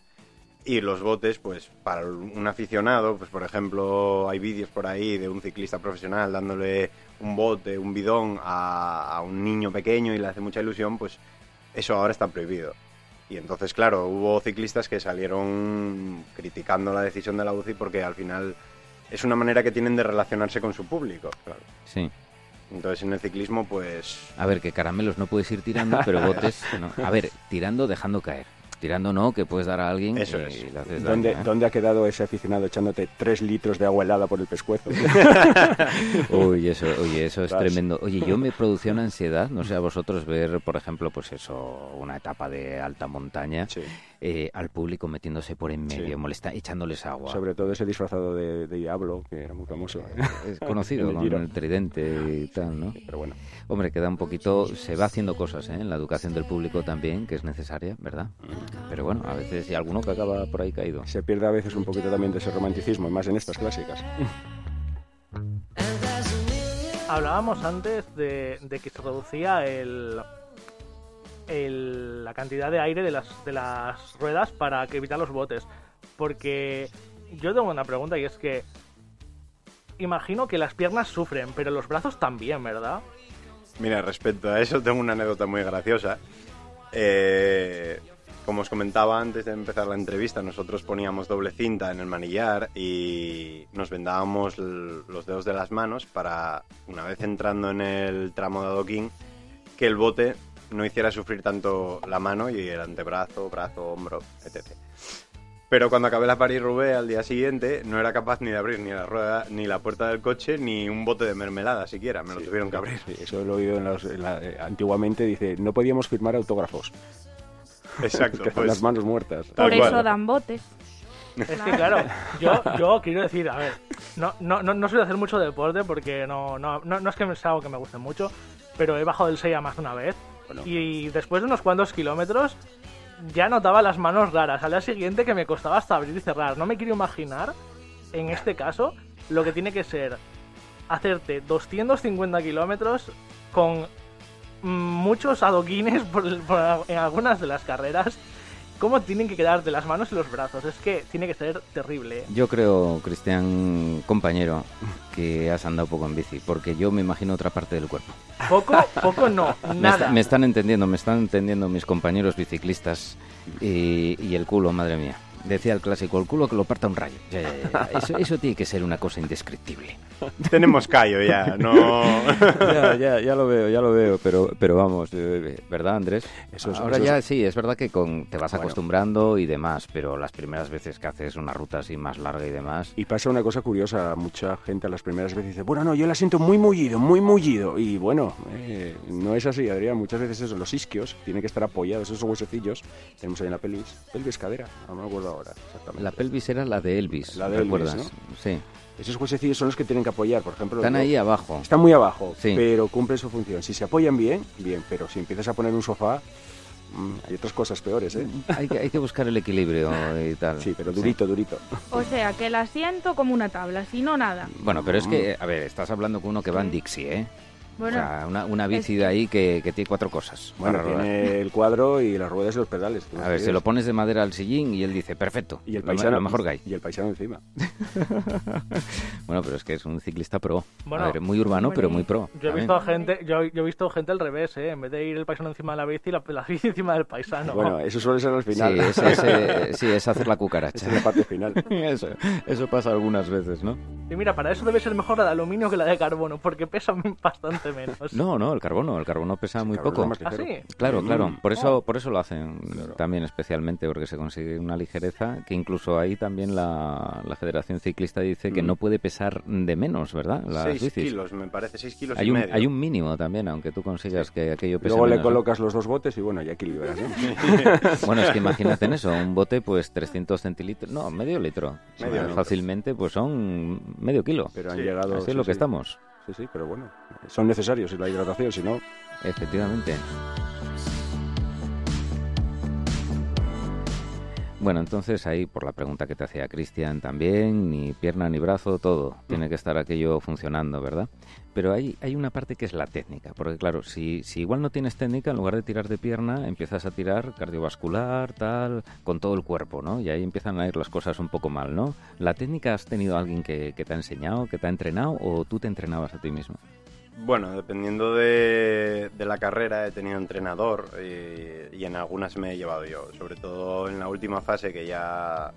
[SPEAKER 3] y los botes, pues para un aficionado, pues por ejemplo, hay vídeos por ahí de un ciclista profesional dándole un bote, un bidón a, a un niño pequeño y le hace mucha ilusión, pues eso ahora está prohibido. Y entonces, claro, hubo ciclistas que salieron criticando la decisión de la UCI porque al final es una manera que tienen de relacionarse con su público.
[SPEAKER 1] Sí.
[SPEAKER 3] Entonces en el ciclismo, pues
[SPEAKER 1] A ver, que caramelos no puedes ir tirando,
[SPEAKER 2] [LAUGHS]
[SPEAKER 1] pero botes... no. A ver, tirando, dejando caer. Tirando no, que puedes dar a alguien
[SPEAKER 3] Eso
[SPEAKER 1] y
[SPEAKER 3] es.
[SPEAKER 1] le haces daño,
[SPEAKER 2] ¿Dónde,
[SPEAKER 1] ¿eh?
[SPEAKER 2] ¿Dónde ha quedado ese aficionado echándote tres litros de agua helada por
[SPEAKER 1] [LAUGHS]
[SPEAKER 2] el pescuezo?
[SPEAKER 1] Uy, eso, oye, eso es
[SPEAKER 2] Vas.
[SPEAKER 1] tremendo. Oye, yo me producía una ansiedad, no sé a vosotros, ver, por ejemplo, pues eso, una etapa de alta montaña,
[SPEAKER 2] Sí.
[SPEAKER 1] eh, al público metiéndose por en medio,
[SPEAKER 2] Sí.
[SPEAKER 1] molesta, echándoles agua.
[SPEAKER 2] [LAUGHS] Sobre todo ese disfrazado de, de diablo, que era muy famoso. ¿eh?
[SPEAKER 1] Es
[SPEAKER 2] En
[SPEAKER 1] conocido
[SPEAKER 2] el
[SPEAKER 1] con
[SPEAKER 2] Giro.
[SPEAKER 1] el tridente y tal, ¿no?
[SPEAKER 2] Pero bueno,
[SPEAKER 1] Hombre, queda un poquito, se va haciendo cosas ¿eh? en la educación del público también, que es necesaria, ¿verdad? Pero bueno, a veces hay alguno que acaba por ahí caído.
[SPEAKER 2] se pierde a veces un poquito también de ese romanticismo, y más en estas clásicas.
[SPEAKER 4] Hablábamos antes de, de que se reducía el, el- la cantidad de aire de las, de las ruedas para que evitar los botes. Porque yo tengo una pregunta y es que imagino que las piernas sufren, pero los brazos también, ¿verdad?
[SPEAKER 3] Mira, respecto a eso, tengo una anécdota muy graciosa. Eh, como os comentaba antes de empezar la entrevista, nosotros poníamos doble cinta en el manillar y nos vendábamos l- los dedos de las manos para, una vez entrando en el tramo de adoquín, que el bote no hiciera sufrir tanto la mano y el antebrazo, brazo, hombro, etc. Pero cuando acabé la París-Roubaix al día siguiente, no era capaz ni de abrir ni la rueda, ni la puerta del coche, ni un bote de mermelada siquiera. Me lo tuvieron que abrir.
[SPEAKER 2] Sí, Eso lo he oído en los- en la- eh, antiguamente, dice, no podíamos firmar autógrafos,
[SPEAKER 3] Exacto.
[SPEAKER 2] que
[SPEAKER 3] pues-
[SPEAKER 2] las manos muertas.
[SPEAKER 3] Tal
[SPEAKER 5] Por eso
[SPEAKER 3] cual.
[SPEAKER 5] dan botes.
[SPEAKER 4] Es que claro, yo, yo quiero decir, a ver, no, no, no, no soy de hacer mucho deporte porque no, no, no, no es que me- sea algo que me guste mucho, pero he bajado del 6 a más una vez
[SPEAKER 2] Bueno.
[SPEAKER 4] y después de unos cuantos kilómetros ya notaba las manos raras. Al día siguiente que me costaba hasta abrir y cerrar. No me quiero imaginar, en este caso, lo que tiene que ser hacerte 250 kilómetros con mm, muchos adoquines [LAUGHS] por el- por- en algunas de las carreras. ¿Cómo tienen que quedarte las manos y los brazos? Es que tiene que ser terrible. ¿eh?
[SPEAKER 1] Yo creo, Cristian, compañero, que has andado poco en bici, porque yo me imagino otra parte del cuerpo.
[SPEAKER 4] Poco, poco no,
[SPEAKER 1] [LAUGHS] Me,
[SPEAKER 4] nada.
[SPEAKER 1] está- me están entendiendo, me están entendiendo mis compañeros biciclistas y, y el culo, madre mía. Decía el clásico, el culo que lo parta un rayo. Ya, ya, ya, ya. Eso, eso tiene que ser una cosa indescriptible.
[SPEAKER 3] Tenemos callo ya, no.
[SPEAKER 1] Ya, ya, ya lo veo, ya lo veo, pero, pero vamos, eh, ¿verdad, Andrés?
[SPEAKER 2] Eso es-
[SPEAKER 1] Ahora
[SPEAKER 2] eso es-
[SPEAKER 1] ya sí, es verdad que con, te vas
[SPEAKER 2] Bueno.
[SPEAKER 1] acostumbrando y demás, pero las primeras veces que haces una ruta así más larga y demás,
[SPEAKER 2] Y pasa una cosa curiosa, mucha gente a las primeras veces dice, bueno, no, yo la siento muy mullido, muy mullido. Y bueno, eh, no es así, Adrián, muchas veces eso, los isquios tienen que estar apoyados, esos huesecillos, tenemos ahí en la pelvis, pelvis cadera, no me acuerdo ahora exactamente.
[SPEAKER 1] la pelvis era la de Elvis,
[SPEAKER 2] La de Elvis,
[SPEAKER 1] ¿recuerdas? Sí,
[SPEAKER 2] Esos huesecillos son los que tienen que apoyar, por ejemplo...
[SPEAKER 1] están
[SPEAKER 2] yo-
[SPEAKER 1] ahí abajo.
[SPEAKER 2] Están muy abajo,
[SPEAKER 1] Sí.
[SPEAKER 2] pero cumplen su función. Si se apoyan bien, bien, pero si empiezas a poner un sofá, mm, hay otras cosas peores, ¿eh?
[SPEAKER 1] Hay que, hay que buscar el equilibrio y tal.
[SPEAKER 2] Sí, pero durito, durito.
[SPEAKER 5] O sea, que la siento como una tabla, si no nada.
[SPEAKER 1] Bueno, pero es que,
[SPEAKER 2] Mm.
[SPEAKER 1] a ver, estás hablando con uno que va en Dixie, ¿eh?
[SPEAKER 5] Bueno,
[SPEAKER 1] o sea, una, una
[SPEAKER 5] es
[SPEAKER 1] bici de
[SPEAKER 5] que-
[SPEAKER 1] ahí que, que tiene cuatro cosas.
[SPEAKER 2] Bueno,
[SPEAKER 1] para rodar.
[SPEAKER 2] tiene el cuadro y las ruedas y los pedales. tú
[SPEAKER 1] A ver,
[SPEAKER 2] sabes.
[SPEAKER 1] se lo pones de madera al sillín y él dice, perfecto.
[SPEAKER 2] y
[SPEAKER 1] lo
[SPEAKER 2] el
[SPEAKER 1] me-
[SPEAKER 2] paisano
[SPEAKER 1] Lo mejor que hay.
[SPEAKER 2] y el paisano encima
[SPEAKER 1] [LAUGHS] Bueno, pero es que es un ciclista pro.
[SPEAKER 4] Bueno,
[SPEAKER 1] a ver, muy urbano,
[SPEAKER 5] Hombre.
[SPEAKER 1] pero muy pro.
[SPEAKER 4] Yo he
[SPEAKER 1] también.
[SPEAKER 4] visto a gente, yo, he- yo he visto gente al revés, ¿eh? En vez de ir el paisano encima de la bici, la, la bici encima del paisano.
[SPEAKER 2] bueno eso suele ser al
[SPEAKER 1] Sí,
[SPEAKER 2] final
[SPEAKER 1] es, es, eh, sí, es hacer la
[SPEAKER 2] Esa
[SPEAKER 1] cucaracha.
[SPEAKER 2] es la parte final
[SPEAKER 1] [LAUGHS] Eso, eso pasa algunas veces, ¿no?
[SPEAKER 4] Y mira, para eso debe ser mejor la de aluminio que la de carbono, porque pesa bastante menos.
[SPEAKER 1] No, no, el carbono, el carbono pesa muy
[SPEAKER 2] Claro,
[SPEAKER 1] poco.
[SPEAKER 2] es más
[SPEAKER 4] ¿Ah,
[SPEAKER 2] ligero.
[SPEAKER 4] sí?
[SPEAKER 1] Claro,
[SPEAKER 2] Mm.
[SPEAKER 1] claro. Por eso, por eso lo hacen también especialmente, porque se consigue una ligereza que incluso ahí también la, la Federación Ciclista dice que
[SPEAKER 2] Mm.
[SPEAKER 1] no puede pesar de menos, ¿verdad? [LAUGHS] Las
[SPEAKER 3] 6
[SPEAKER 1] bicis.
[SPEAKER 3] kilos, me parece, 6 kilos
[SPEAKER 1] Hay
[SPEAKER 3] y
[SPEAKER 1] un,
[SPEAKER 3] medio.
[SPEAKER 1] hay un mínimo también, aunque tú consigas que aquello pese
[SPEAKER 2] luego le
[SPEAKER 1] menos, ¿no?
[SPEAKER 2] colocas los dos botes y bueno ya equilibras ¿no?
[SPEAKER 1] Bueno, es que imagínate en eso, un bote pues 300 centilitros, no, medio litro.
[SPEAKER 3] Medio
[SPEAKER 1] Bueno,
[SPEAKER 3] litro.
[SPEAKER 1] Fácilmente pues son medio kilo.
[SPEAKER 2] pero han
[SPEAKER 3] Sí,
[SPEAKER 2] llegado
[SPEAKER 1] Así
[SPEAKER 2] sí,
[SPEAKER 1] es lo
[SPEAKER 2] sí.
[SPEAKER 1] que estamos,
[SPEAKER 2] sí sí pero bueno son necesarios la hidratación si no
[SPEAKER 1] efectivamente. Bueno, entonces ahí por la pregunta que te hacía Cristian también, ni pierna ni brazo, todo. Tiene que estar aquello funcionando, ¿verdad? Pero hay, hay una parte que es la técnica, porque claro, si, si igual no tienes técnica, en lugar de tirar de pierna, empiezas a tirar cardiovascular, tal, con todo el cuerpo, ¿no? Y ahí empiezan a ir las cosas un poco mal, ¿no? ¿La técnica has tenido alguien que, que te ha enseñado, que te ha entrenado, o tú te entrenabas a ti mismo?
[SPEAKER 3] Bueno, dependiendo de, de la carrera he tenido entrenador eh, y, en algunas me he llevado yo. Sobre todo en la última fase que ya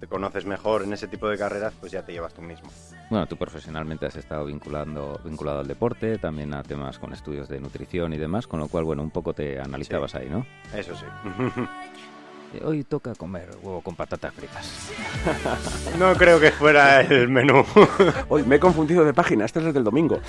[SPEAKER 3] te conoces mejor en ese tipo de carreras, pues ya te llevas tú mismo.
[SPEAKER 1] Bueno, tú profesionalmente has estado vinculando, vinculado al deporte, también a temas con estudios de nutrición y demás, con lo cual, bueno, un poco te analizabas ahí, ¿no?
[SPEAKER 3] Eso sí. [LAUGHS]
[SPEAKER 1] Eh, Hoy toca comer huevo con patatas fritas.
[SPEAKER 3] no creo que fuera el menú.
[SPEAKER 2] hoy me he confundido de página esta es la del domingo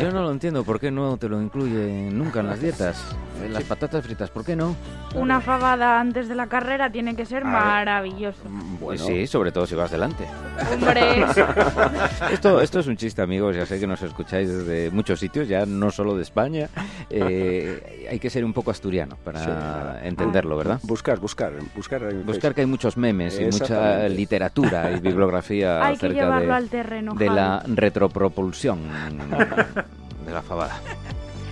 [SPEAKER 1] Yo no lo entiendo, ¿por qué no te lo incluye nunca en las dietas? Eh, Las patatas fritas, ¿por qué no?
[SPEAKER 5] una fabada antes de la carrera tiene que ser maravilloso.
[SPEAKER 2] Mm,
[SPEAKER 1] Pues
[SPEAKER 2] bueno
[SPEAKER 1] Sí, sobre todo si vas delante.
[SPEAKER 5] Hombre,
[SPEAKER 1] Esto, esto es un chiste, amigos. Ya sé que nos escucháis desde muchos sitios, ya no solo de España. Eh, hay que ser un poco asturiano
[SPEAKER 2] Sí,
[SPEAKER 1] para
[SPEAKER 2] claro.
[SPEAKER 1] entenderlo, ¿verdad?
[SPEAKER 2] buscar buscar buscar en
[SPEAKER 1] Buscar
[SPEAKER 2] Facebook.
[SPEAKER 1] que hay muchos memes y mucha
[SPEAKER 2] Pues Exactamente.
[SPEAKER 1] literatura
[SPEAKER 2] [LAUGHS]
[SPEAKER 1] y bibliografía
[SPEAKER 5] hay que
[SPEAKER 1] acerca
[SPEAKER 5] llevarlo
[SPEAKER 1] de,
[SPEAKER 5] al terreno.
[SPEAKER 1] de la
[SPEAKER 2] [LAUGHS]
[SPEAKER 5] Javi.
[SPEAKER 1] retropropulsión de la fabada.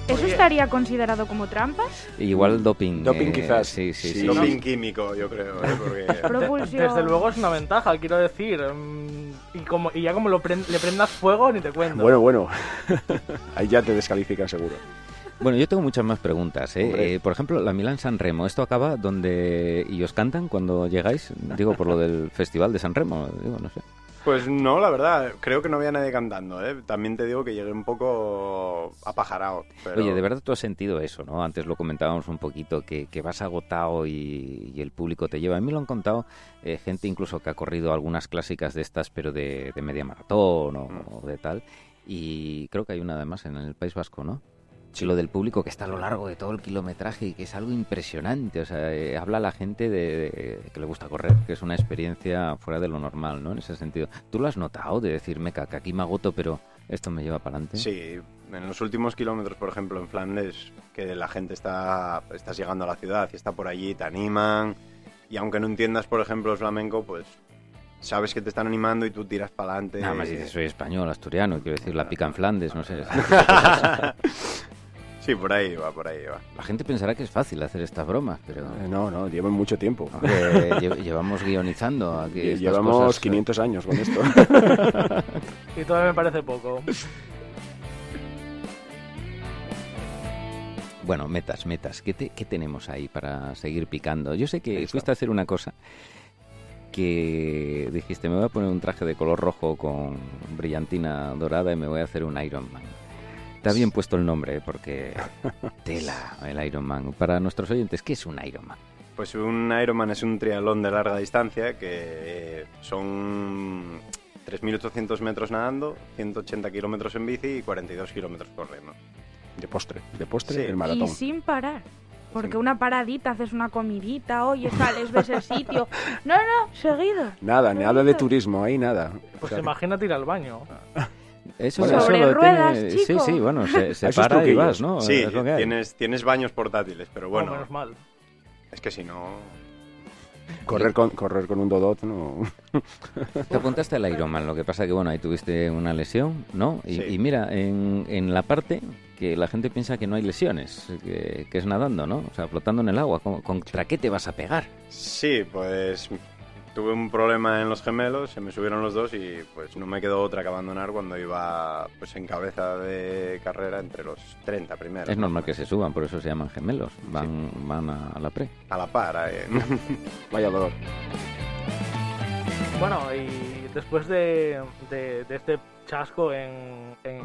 [SPEAKER 5] ¿Eso estaría considerado como trampa?
[SPEAKER 1] Igual doping.
[SPEAKER 2] Doping
[SPEAKER 1] eh,
[SPEAKER 2] quizás.
[SPEAKER 1] Sí, sí,
[SPEAKER 3] [LAUGHS]
[SPEAKER 2] Sí.
[SPEAKER 1] sí.
[SPEAKER 3] Doping químico, yo creo. ¿eh? Porque
[SPEAKER 4] [LAUGHS]
[SPEAKER 5] Propulsión.
[SPEAKER 4] Desde luego es una ventaja, quiero decir. mm, Y, como, y ya como lo pren- le prendas fuego, ni te cuento.
[SPEAKER 2] Bueno, bueno. [LAUGHS] Ahí ya te descalifican seguro.
[SPEAKER 1] Bueno, yo tengo muchas más preguntas. ¿eh?
[SPEAKER 2] Hombre.
[SPEAKER 1] Eh, por ejemplo, la Milán San Remo. ¿Esto acaba donde... y os cantan cuando llegáis? Digo, por lo del Festival de San Remo. Digo, no sé.
[SPEAKER 3] Pues no, la verdad, creo que no había nadie cantando, ¿eh? También te digo que llegué un poco apajarado. pero-
[SPEAKER 1] Oye, de verdad tú has sentido eso, ¿no? Antes lo comentábamos un poquito, que, que vas agotado y, y el público te lleva. A mí lo han contado eh, gente incluso que ha corrido algunas clásicas de estas, pero de, de media maratón o,
[SPEAKER 3] Mm.
[SPEAKER 1] o de tal. Y creo que hay una además en el País Vasco, ¿no? Sí, lo del público que está a lo largo de todo el kilometraje y que es algo impresionante. O sea, eh, habla la gente de, de que le gusta correr, que es una experiencia fuera de lo normal, ¿no? En ese sentido. ¿Tú lo has notado de decirme que aquí me agoto, pero esto me lleva para adelante?
[SPEAKER 3] Sí, en los últimos kilómetros, por ejemplo, en Flandes, que la gente está, estás llegando a la ciudad y está por allí, te animan. Y aunque no entiendas, por ejemplo, el flamenco, pues sabes que te están animando y tú tiras para
[SPEAKER 2] este
[SPEAKER 3] adelante.
[SPEAKER 1] Nada más dices, soy español, asturiano, quiero decir, la pica en Flandes, no sé.
[SPEAKER 3] sí, por ahí va, por ahí va.
[SPEAKER 1] La gente pensará que es fácil hacer estas bromas, pero
[SPEAKER 2] Eh, No, no, llevan mucho tiempo.
[SPEAKER 1] hombre, lle- llevamos guionizando Ah, aquí
[SPEAKER 2] Lle-
[SPEAKER 1] estas
[SPEAKER 2] Llevamos
[SPEAKER 1] cosas, eh,
[SPEAKER 2] 500 años con
[SPEAKER 1] [LAUGHS]
[SPEAKER 2] esto.
[SPEAKER 4] Y todavía me parece poco. Pues
[SPEAKER 1] Bueno, metas, metas. ¿Qué, te- qué tenemos ahí para seguir picando? Yo sé que
[SPEAKER 3] Ahí está.
[SPEAKER 1] fuiste a hacer una cosa que dijiste, me voy a poner un traje de color rojo con brillantina dorada y me voy a hacer un Iron Man. Está bien puesto el nombre
[SPEAKER 2] [LAUGHS]
[SPEAKER 1] porque tela el Iron Man. Para nuestros oyentes, ¿qué es un Iron Man?
[SPEAKER 3] Pues un Ironman es un triatlón de larga distancia que eh, son 3.800 metros nadando, 180 kilómetros en bici y 42 kilómetros corriendo.
[SPEAKER 2] De postre, de postre,
[SPEAKER 3] Sí.
[SPEAKER 2] el
[SPEAKER 5] Y
[SPEAKER 2] maratón.
[SPEAKER 5] sin parar. Porque
[SPEAKER 3] Sin-
[SPEAKER 5] una paradita, haces una comidita, oye, sales, ves el sitio. No, no, seguido.
[SPEAKER 2] Nada, nada de turismo, ahí nada. O
[SPEAKER 4] Pues
[SPEAKER 2] sea,
[SPEAKER 4] imagínate ir al baño.
[SPEAKER 1] Eso,
[SPEAKER 2] Bueno,
[SPEAKER 1] eso
[SPEAKER 5] Sobre
[SPEAKER 1] lo
[SPEAKER 5] ruedas,
[SPEAKER 1] tiene- Sí,
[SPEAKER 5] chico.
[SPEAKER 1] sí, bueno, se, se
[SPEAKER 2] Hay sus
[SPEAKER 1] para y
[SPEAKER 2] truquillos.
[SPEAKER 1] vas, ¿no?
[SPEAKER 3] sí,
[SPEAKER 1] Oh, Es lo que hay.
[SPEAKER 3] tienes, tienes baños portátiles, pero
[SPEAKER 4] Bueno,
[SPEAKER 3] bueno,
[SPEAKER 4] Oh, menos mal.
[SPEAKER 3] es que si no...
[SPEAKER 2] correr, con, correr con un Dodot, no.
[SPEAKER 1] Te apuntaste al Ironman, lo que pasa que, bueno, ahí tuviste una lesión, ¿no? Y,
[SPEAKER 3] Sí.
[SPEAKER 1] y mira, en, en la parte que la gente piensa que no hay lesiones, que, que es nadando, ¿no? O sea, flotando en el agua, ¿con- ¿contra qué te vas a pegar?
[SPEAKER 3] Sí, pues tuve un problema en los gemelos, se me subieron los dos y pues no me quedó otra que abandonar cuando iba pues en cabeza de carrera entre los 30 primeros.
[SPEAKER 1] Es normal que se suban, por eso se llaman gemelos, van, van a, a la pre.
[SPEAKER 3] A la par, eh. [LAUGHS]
[SPEAKER 2] Vaya dolor.
[SPEAKER 4] Bueno, y después de, de- de este chasco en, en-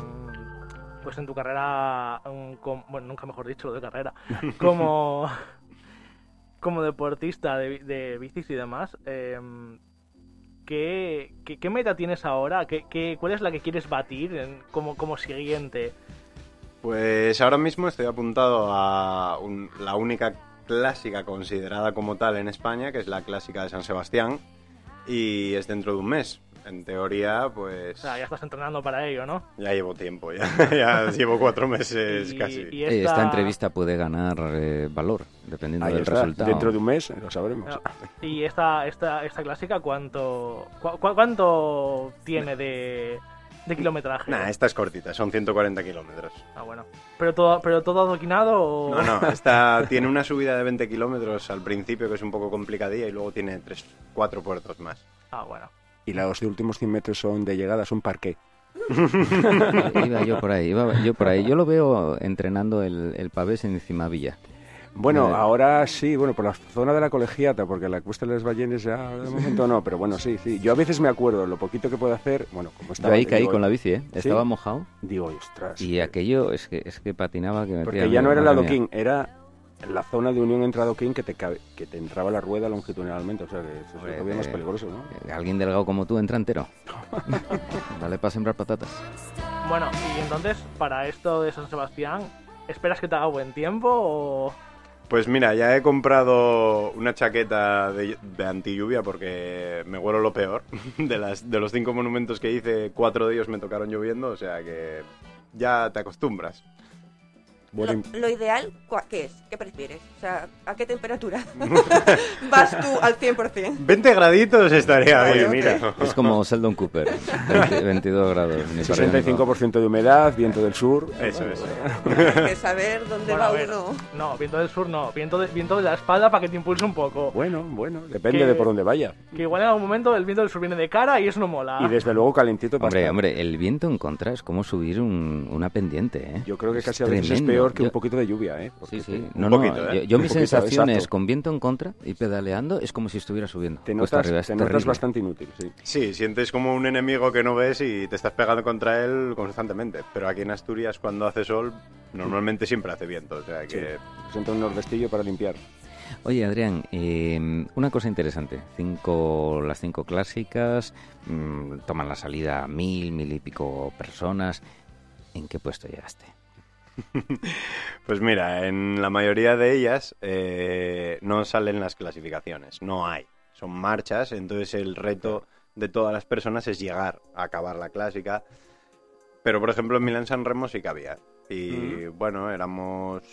[SPEAKER 4] pues en tu carrera, mm, com- bueno, nunca mejor dicho lo de carrera, como, como deportista de, bi- de bicis y demás, em, ¿qué, qué, qué meta tienes ahora? ¿Qué, qué, cuál es la que quieres batir en- como, como siguiente?
[SPEAKER 3] Pues ahora mismo estoy apuntado a un- la única clásica considerada como tal en España, que es la clásica de San Sebastián, y es dentro de un mes. En teoría,
[SPEAKER 4] O
[SPEAKER 3] pues
[SPEAKER 4] sea, Ah, ya estás entrenando para ello, ¿no?
[SPEAKER 3] ya llevo tiempo, [LAUGHS] ya, ya llevo cuatro meses
[SPEAKER 4] Y-
[SPEAKER 3] casi.
[SPEAKER 4] y
[SPEAKER 1] Eh, Esta... entrevista puede ganar eh, valor, dependiendo
[SPEAKER 2] Ahí
[SPEAKER 1] del
[SPEAKER 2] está.
[SPEAKER 1] resultado.
[SPEAKER 2] Dentro de un mes lo sabremos.
[SPEAKER 4] Ah, Y esta, esta, esta clásica, ¿cuánto, cua- cua- cuánto tiene de, de kilometraje?
[SPEAKER 3] Nah, esta es cortita, son 140 kilómetros.
[SPEAKER 4] Ah, bueno. ¿Pero todo, pero todo adoquinado o...?
[SPEAKER 3] No, no, esta tiene una subida de 20 kilómetros al principio que es un poco complicadilla y luego tiene tres, cuatro puertos más.
[SPEAKER 4] Ah, bueno.
[SPEAKER 2] Y los últimos 100 metros son de llegada, son parqué.
[SPEAKER 1] [LAUGHS] Iba yo por ahí, iba yo por ahí. Yo lo veo entrenando el, el pavés encima Villa.
[SPEAKER 2] Bueno,
[SPEAKER 1] Vale.
[SPEAKER 2] ahora sí, bueno, por la zona de la colegiata, porque la cuesta de las ballenas ya de momento no, pero bueno, sí, sí. Yo a veces me acuerdo lo poquito que puedo hacer, bueno, como
[SPEAKER 1] Yo
[SPEAKER 2] estaba...
[SPEAKER 1] ahí caí
[SPEAKER 2] digo-
[SPEAKER 1] con la bici, ¿eh?
[SPEAKER 2] ¿Sí?
[SPEAKER 1] Estaba mojado.
[SPEAKER 2] Digo, ostras.
[SPEAKER 1] Y aquello es que, es que patinaba que me
[SPEAKER 2] Porque
[SPEAKER 1] tía,
[SPEAKER 2] ya no
[SPEAKER 1] madre
[SPEAKER 2] era la
[SPEAKER 1] mía.
[SPEAKER 2] adoquín, era la zona de unión entre adoquín que te, cabe- que te entraba la rueda longitudinalmente, o sea que eso es
[SPEAKER 1] Hombre,
[SPEAKER 2] todavía más
[SPEAKER 1] eh,
[SPEAKER 2] peligroso, ¿no?
[SPEAKER 1] Eh, Alguien delgado como tú entra
[SPEAKER 2] [LAUGHS]
[SPEAKER 1] entero. Vale para sembrar patatas.
[SPEAKER 4] Bueno, y entonces, para esto de San Sebastián, ¿esperas que te haga buen tiempo o...?
[SPEAKER 3] Pues mira, ya he comprado una chaqueta de, de antilluvia porque me huelo lo peor. [LAUGHS] De, las, de los cinco monumentos que hice, cuatro de ellos me tocaron lloviendo, o sea que ya te acostumbras.
[SPEAKER 2] Bueno,
[SPEAKER 6] lo,
[SPEAKER 2] y-
[SPEAKER 6] lo ideal, cua- ¿qué es? ¿Qué prefieres? O sea, ¿a qué temperatura [LAUGHS] vas tú al
[SPEAKER 3] [LAUGHS]
[SPEAKER 6] 100%?
[SPEAKER 3] 20 graditos estaría
[SPEAKER 6] Oye,
[SPEAKER 3] bien.
[SPEAKER 6] mira.
[SPEAKER 1] Es como Sheldon Cooper, 20 22
[SPEAKER 2] [LAUGHS]
[SPEAKER 1] grados. ni para adentro.
[SPEAKER 2] 65% de humedad, viento del sur.
[SPEAKER 3] Eso es.
[SPEAKER 6] Hay que saber dónde
[SPEAKER 4] Bueno, a
[SPEAKER 6] va
[SPEAKER 4] ver.
[SPEAKER 6] uno.
[SPEAKER 4] No, viento del sur no, viento de, viento de la espalda para que te impulse un poco.
[SPEAKER 2] Bueno, bueno, depende
[SPEAKER 4] Que-
[SPEAKER 2] de por dónde vaya.
[SPEAKER 4] Que igual en algún momento el viento del sur viene de cara y eso no mola.
[SPEAKER 2] Y desde luego calentito para
[SPEAKER 1] Hombre,
[SPEAKER 2] estar.
[SPEAKER 1] hombre, el viento en contra es como subir un- una pendiente, ¿eh?
[SPEAKER 2] Yo creo que
[SPEAKER 1] Es
[SPEAKER 2] casi a veces
[SPEAKER 1] tremendo.
[SPEAKER 2] es peor que
[SPEAKER 1] Yo-
[SPEAKER 2] un poquito de lluvia, ¿eh? Porque
[SPEAKER 1] Sí, sí.
[SPEAKER 2] te-
[SPEAKER 1] No,
[SPEAKER 3] poquito,
[SPEAKER 1] no,
[SPEAKER 3] ¿eh?
[SPEAKER 1] yo, yo
[SPEAKER 2] Un
[SPEAKER 1] mis
[SPEAKER 2] poquito,
[SPEAKER 1] sensaciones
[SPEAKER 2] exacto.
[SPEAKER 1] con viento en contra y pedaleando es como si estuviera subiendo.
[SPEAKER 2] Te
[SPEAKER 1] cuesta
[SPEAKER 2] notas,
[SPEAKER 1] arriba, es
[SPEAKER 2] te notas
[SPEAKER 1] terrible.
[SPEAKER 2] bastante inútil, sí.
[SPEAKER 3] Sí, sientes como un enemigo que no ves y te estás pegando contra él constantemente. Pero aquí en Asturias, cuando hace sol, normalmente siempre hace viento. O sea
[SPEAKER 2] Sí.
[SPEAKER 3] que.
[SPEAKER 2] Presenta un nordestillo para limpiar.
[SPEAKER 1] Oye, Adrián, eh, una cosa interesante. Cinco, las cinco clásicas, mm, toman la salida mil, mil y pico personas. ¿En qué puesto llegaste?
[SPEAKER 3] Pues mira, en la mayoría de ellas eh, no salen las clasificaciones. No hay. Son marchas, entonces el reto de todas las personas es llegar a acabar la clásica. Pero por ejemplo, en Milán-San Remo sí que había. Y bueno, éramos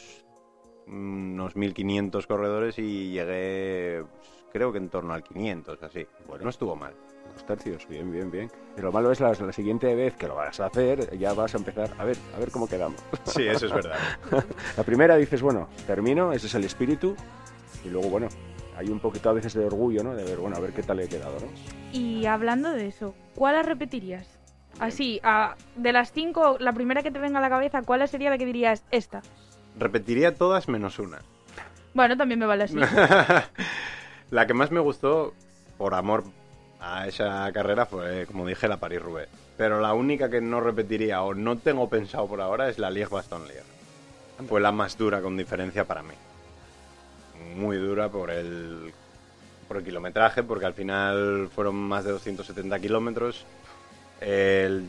[SPEAKER 3] unos 1500 corredores y llegué, pues, creo que en torno al 500, así. Bueno, no estuvo mal.
[SPEAKER 2] Los tercios, bien, bien, bien. Y lo malo es la, la siguiente vez que lo vas a hacer, ya vas a empezar a ver, a ver cómo quedamos.
[SPEAKER 3] Sí, eso es verdad.
[SPEAKER 2] La primera dices, bueno, termino, ese es el espíritu, y luego, bueno, hay un poquito a veces de orgullo, ¿no? De ver, bueno, a ver qué tal he quedado, ¿no?
[SPEAKER 5] Y hablando de eso, ¿cuál la repetirías? Así, a- de las cinco, la primera que te venga a la cabeza, ¿cuál sería la que dirías esta?
[SPEAKER 3] [LAUGHS] Repetiría todas menos una.
[SPEAKER 5] Bueno, también me vale así.
[SPEAKER 3] [LAUGHS] la que más me gustó, por amor a esa carrera, fue, como dije, la Paris-Roubaix. Pero la única que no repetiría o no tengo pensado por ahora es la Liege-Bastogne-Liege. Fue la más dura con diferencia para mí. Muy dura por el, por el kilometraje, porque al final fueron más de 270 kilómetros. El-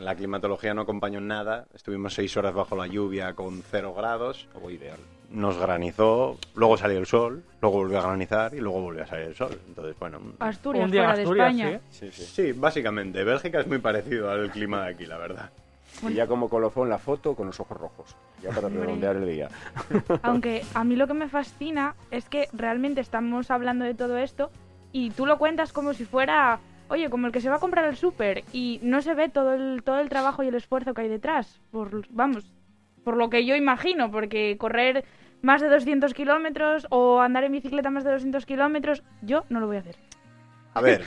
[SPEAKER 3] la climatología no acompañó en nada. Estuvimos seis horas bajo la lluvia con cero grados
[SPEAKER 2] Algo ideal.
[SPEAKER 3] nos granizó, luego salió el sol, luego volvió a granizar y luego volvió a salir el sol. Entonces, bueno.
[SPEAKER 5] Asturias,
[SPEAKER 4] un día en
[SPEAKER 5] fuera
[SPEAKER 4] Asturias,
[SPEAKER 5] de España.
[SPEAKER 4] ¿eh?
[SPEAKER 3] Sí, básicamente. Bélgica es muy parecido al clima de aquí, la verdad.
[SPEAKER 2] Y ya como colofón la foto con los ojos rojos, ya para
[SPEAKER 5] Hombre.
[SPEAKER 2] redondear el día.
[SPEAKER 4] [LAUGHS]
[SPEAKER 5] Aunque a mí lo que me fascina es que realmente estamos hablando de todo esto y tú lo cuentas como si fuera, oye, como el que se va a comprar el súper y no se ve todo el, todo el trabajo y el esfuerzo que hay detrás. Por, vamos, por lo que yo imagino, porque correr más de 200 kilómetros o andar en bicicleta más de 200 kilómetros, yo no lo voy a hacer.
[SPEAKER 3] A ver,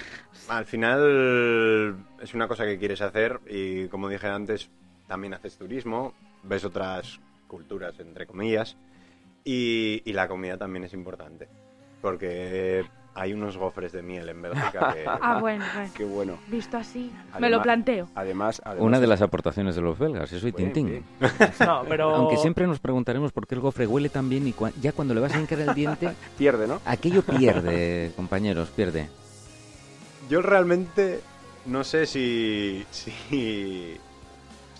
[SPEAKER 3] al final es una cosa que quieres hacer y, como dije antes, también haces turismo, ves otras culturas, entre comillas, y, y la comida también es importante. Porque hay unos gofres de miel en Bélgica que.
[SPEAKER 5] Ah, bueno, bueno.
[SPEAKER 2] Qué bueno.
[SPEAKER 5] Visto así, me
[SPEAKER 2] Además-
[SPEAKER 5] lo planteo.
[SPEAKER 2] Además, además-
[SPEAKER 1] Una de las aportaciones de los belgas, eso y
[SPEAKER 2] Bien,
[SPEAKER 1] Tintín.
[SPEAKER 2] bien. Oh.
[SPEAKER 4] No, pero.
[SPEAKER 1] Aunque siempre nos preguntaremos por qué el gofre huele tan bien y cua- ya cuando le vas a hincar el diente,
[SPEAKER 2] Pierde, ¿no?
[SPEAKER 1] aquello pierde,
[SPEAKER 2] [LAUGHS]
[SPEAKER 1] compañeros, pierde.
[SPEAKER 3] Yo realmente no sé si, si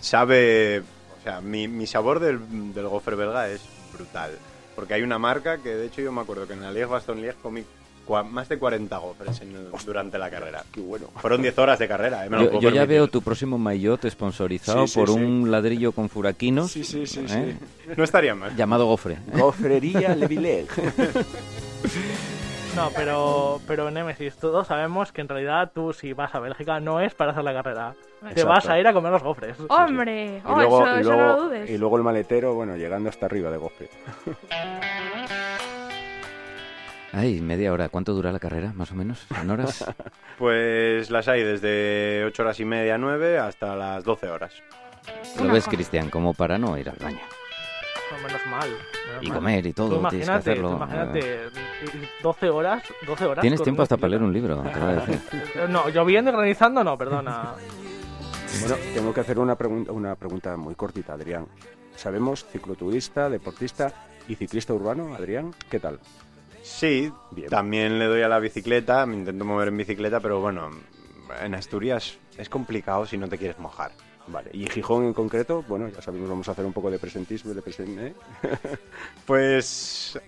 [SPEAKER 3] sabe, o sea, mi, mi sabor del, del gofre belga es brutal. Porque hay una marca que, de hecho, yo me acuerdo que en la Liege Baston Liege comí cua- más de 40 gofres en el- durante la carrera.
[SPEAKER 2] Qué bueno.
[SPEAKER 3] Fueron 10 horas de carrera, ¿eh? me lo
[SPEAKER 1] Yo,
[SPEAKER 3] puedo
[SPEAKER 1] yo ya
[SPEAKER 3] permitir.
[SPEAKER 1] veo tu próximo maillot sponsorizado
[SPEAKER 2] Sí, sí,
[SPEAKER 1] por
[SPEAKER 2] sí.
[SPEAKER 1] un ladrillo con furaquinos
[SPEAKER 2] Sí, sí, sí,
[SPEAKER 1] ¿eh?
[SPEAKER 3] No estaría mal.
[SPEAKER 1] llamado gofre.
[SPEAKER 2] Gofrería Le [LAUGHS] Village.
[SPEAKER 4] No, pero, pero Nemesis, todos sabemos que en realidad tú, si vas a Bélgica, no es para hacer la carrera. Te
[SPEAKER 2] Exacto.
[SPEAKER 4] vas a ir a comer los gofres.
[SPEAKER 5] Hombre,
[SPEAKER 2] Y
[SPEAKER 5] oh,
[SPEAKER 2] luego,
[SPEAKER 5] eso,
[SPEAKER 2] y
[SPEAKER 5] eso
[SPEAKER 2] luego-
[SPEAKER 5] no lo dudes.
[SPEAKER 2] y luego el maletero, bueno, llegando hasta arriba de gofre.
[SPEAKER 1] Ay, media hora. ¿Cuánto dura la carrera, más o menos? ¿En
[SPEAKER 2] [LAUGHS]
[SPEAKER 1] horas?
[SPEAKER 3] Pues las hay desde 8 horas y media, 9 hasta las 12 horas.
[SPEAKER 1] Lo
[SPEAKER 5] Una
[SPEAKER 1] ves,
[SPEAKER 5] cosa.
[SPEAKER 1] Cristian, como para no ir al baño.
[SPEAKER 4] No, menos mal. menos
[SPEAKER 1] Y
[SPEAKER 4] mal.
[SPEAKER 1] comer y
[SPEAKER 4] Tú
[SPEAKER 1] todo, tienes que
[SPEAKER 4] imagínate, tú
[SPEAKER 1] hacerlo. eh.
[SPEAKER 4] imagínate, y- y 12 horas, 12 horas.
[SPEAKER 1] Tienes
[SPEAKER 4] con
[SPEAKER 1] tiempo
[SPEAKER 4] una
[SPEAKER 1] hasta para leer
[SPEAKER 4] bicicleta.
[SPEAKER 1] un libro, te voy a decir.
[SPEAKER 4] Eh, No, lloviendo y granizando,
[SPEAKER 1] [LAUGHS]
[SPEAKER 4] no, perdona.
[SPEAKER 2] Bueno, tengo que hacer una, pregunta una pregunta muy cortita, Adrián. Sabemos, cicloturista, deportista y ciclista urbano, Adrián, ¿qué tal?
[SPEAKER 3] Sí,
[SPEAKER 2] Bien.
[SPEAKER 3] también le doy a la bicicleta, me intento mover en bicicleta, pero bueno, en Asturias es complicado si no te quieres mojar.
[SPEAKER 2] Vale, y Gijón en concreto, bueno, ya sabemos, vamos a hacer un poco de presentismo y de presen- ¿eh?
[SPEAKER 3] Pues,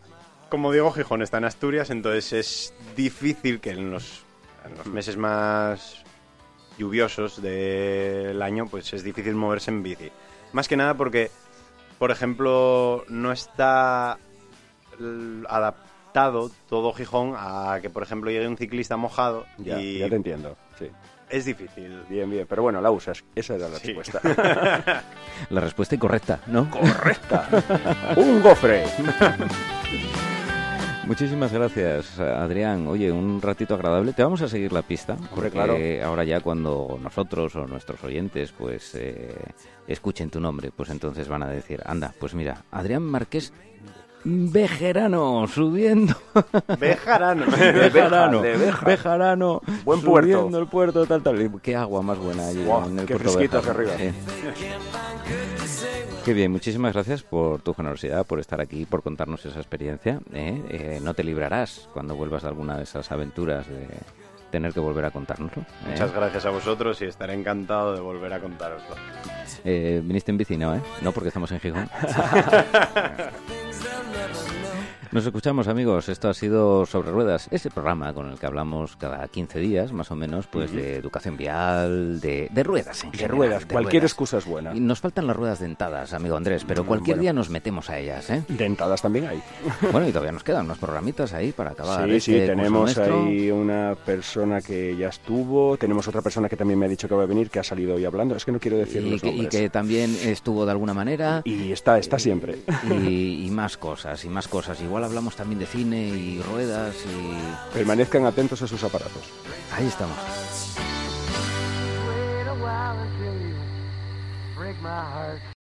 [SPEAKER 3] como digo, Gijón está en Asturias, entonces es difícil que en los, en los meses más lluviosos del año, pues es difícil moverse en bici. Más que nada porque por ejemplo, no está l- adaptado todo Gijón a que, por ejemplo, llegue un ciclista mojado
[SPEAKER 2] Ya,
[SPEAKER 3] y
[SPEAKER 2] ya te entiendo. Sí.
[SPEAKER 3] es difícil.
[SPEAKER 2] Bien, bien. Pero bueno, la usas. Esa era la
[SPEAKER 3] Sí.
[SPEAKER 2] respuesta. [LAUGHS]
[SPEAKER 1] La respuesta incorrecta, ¿no?
[SPEAKER 2] ¡Un gofre!
[SPEAKER 1] [LAUGHS] Muchísimas gracias, Adrián. Oye, un ratito agradable. Te vamos a seguir la pista, porque
[SPEAKER 2] claro.
[SPEAKER 1] ahora ya cuando nosotros o nuestros oyentes pues eh, escuchen tu nombre, pues entonces van a decir, anda, pues mira, Adrián Márquez Bejerano subiendo.
[SPEAKER 3] Bejarano.
[SPEAKER 1] Bejarano.
[SPEAKER 2] de Beja.
[SPEAKER 1] Bejarano.
[SPEAKER 2] Buen
[SPEAKER 1] subiendo
[SPEAKER 2] puerto.
[SPEAKER 1] el puerto, tal, tal. Y Qué agua más buena allí
[SPEAKER 2] Guau,
[SPEAKER 1] en el
[SPEAKER 2] qué
[SPEAKER 1] puerto
[SPEAKER 2] fresquito
[SPEAKER 1] Bejarano.
[SPEAKER 2] hacia arriba.
[SPEAKER 1] Sí. Qué bien, muchísimas gracias por tu generosidad, por estar aquí, por contarnos esa experiencia. ¿eh? Eh, no te librarás cuando vuelvas de alguna de esas aventuras de tener que volver a contárnoslo. ¿eh?
[SPEAKER 3] Muchas gracias a vosotros y estaré encantado de volver a contaroslo.
[SPEAKER 1] Eh, viniste en bici, ¿no? ¿eh? No, porque estamos en
[SPEAKER 2] [LAUGHS]
[SPEAKER 1] Gijón. Nos escuchamos, amigos. Esto ha sido Sobre Ruedas, ese programa con el que hablamos cada 15 días, más o menos, pues de educación vial, de, de ruedas en
[SPEAKER 2] De
[SPEAKER 1] general,
[SPEAKER 2] ruedas.
[SPEAKER 1] de
[SPEAKER 2] Cualquier
[SPEAKER 1] ruedas.
[SPEAKER 2] excusa es buena.
[SPEAKER 1] Y nos faltan las ruedas dentadas, amigo Andrés, pero
[SPEAKER 2] Mm,
[SPEAKER 1] cualquier
[SPEAKER 2] bueno.
[SPEAKER 1] día nos metemos a ellas, ¿eh?
[SPEAKER 2] Dentadas también hay.
[SPEAKER 1] Bueno, y todavía nos quedan unos programitas ahí para acabar.
[SPEAKER 2] Sí, sí,
[SPEAKER 1] este curso
[SPEAKER 2] tenemos
[SPEAKER 1] nuestro.
[SPEAKER 2] ahí una persona que ya estuvo, tenemos otra persona que también me ha dicho que va a venir, que ha salido hoy hablando, es que no quiero decir
[SPEAKER 1] Y
[SPEAKER 2] los
[SPEAKER 1] que, y
[SPEAKER 2] nombres.
[SPEAKER 1] que también estuvo de alguna manera.
[SPEAKER 2] Y está,
[SPEAKER 1] [LAUGHS]
[SPEAKER 2] está siempre.
[SPEAKER 1] Y, y más cosas, y más cosas. Igual hablamos también de cine y ruedas y...
[SPEAKER 2] Permanezcan atentos a sus aparatos.
[SPEAKER 1] Ahí estamos.
[SPEAKER 7] Wait a while until you break my heart.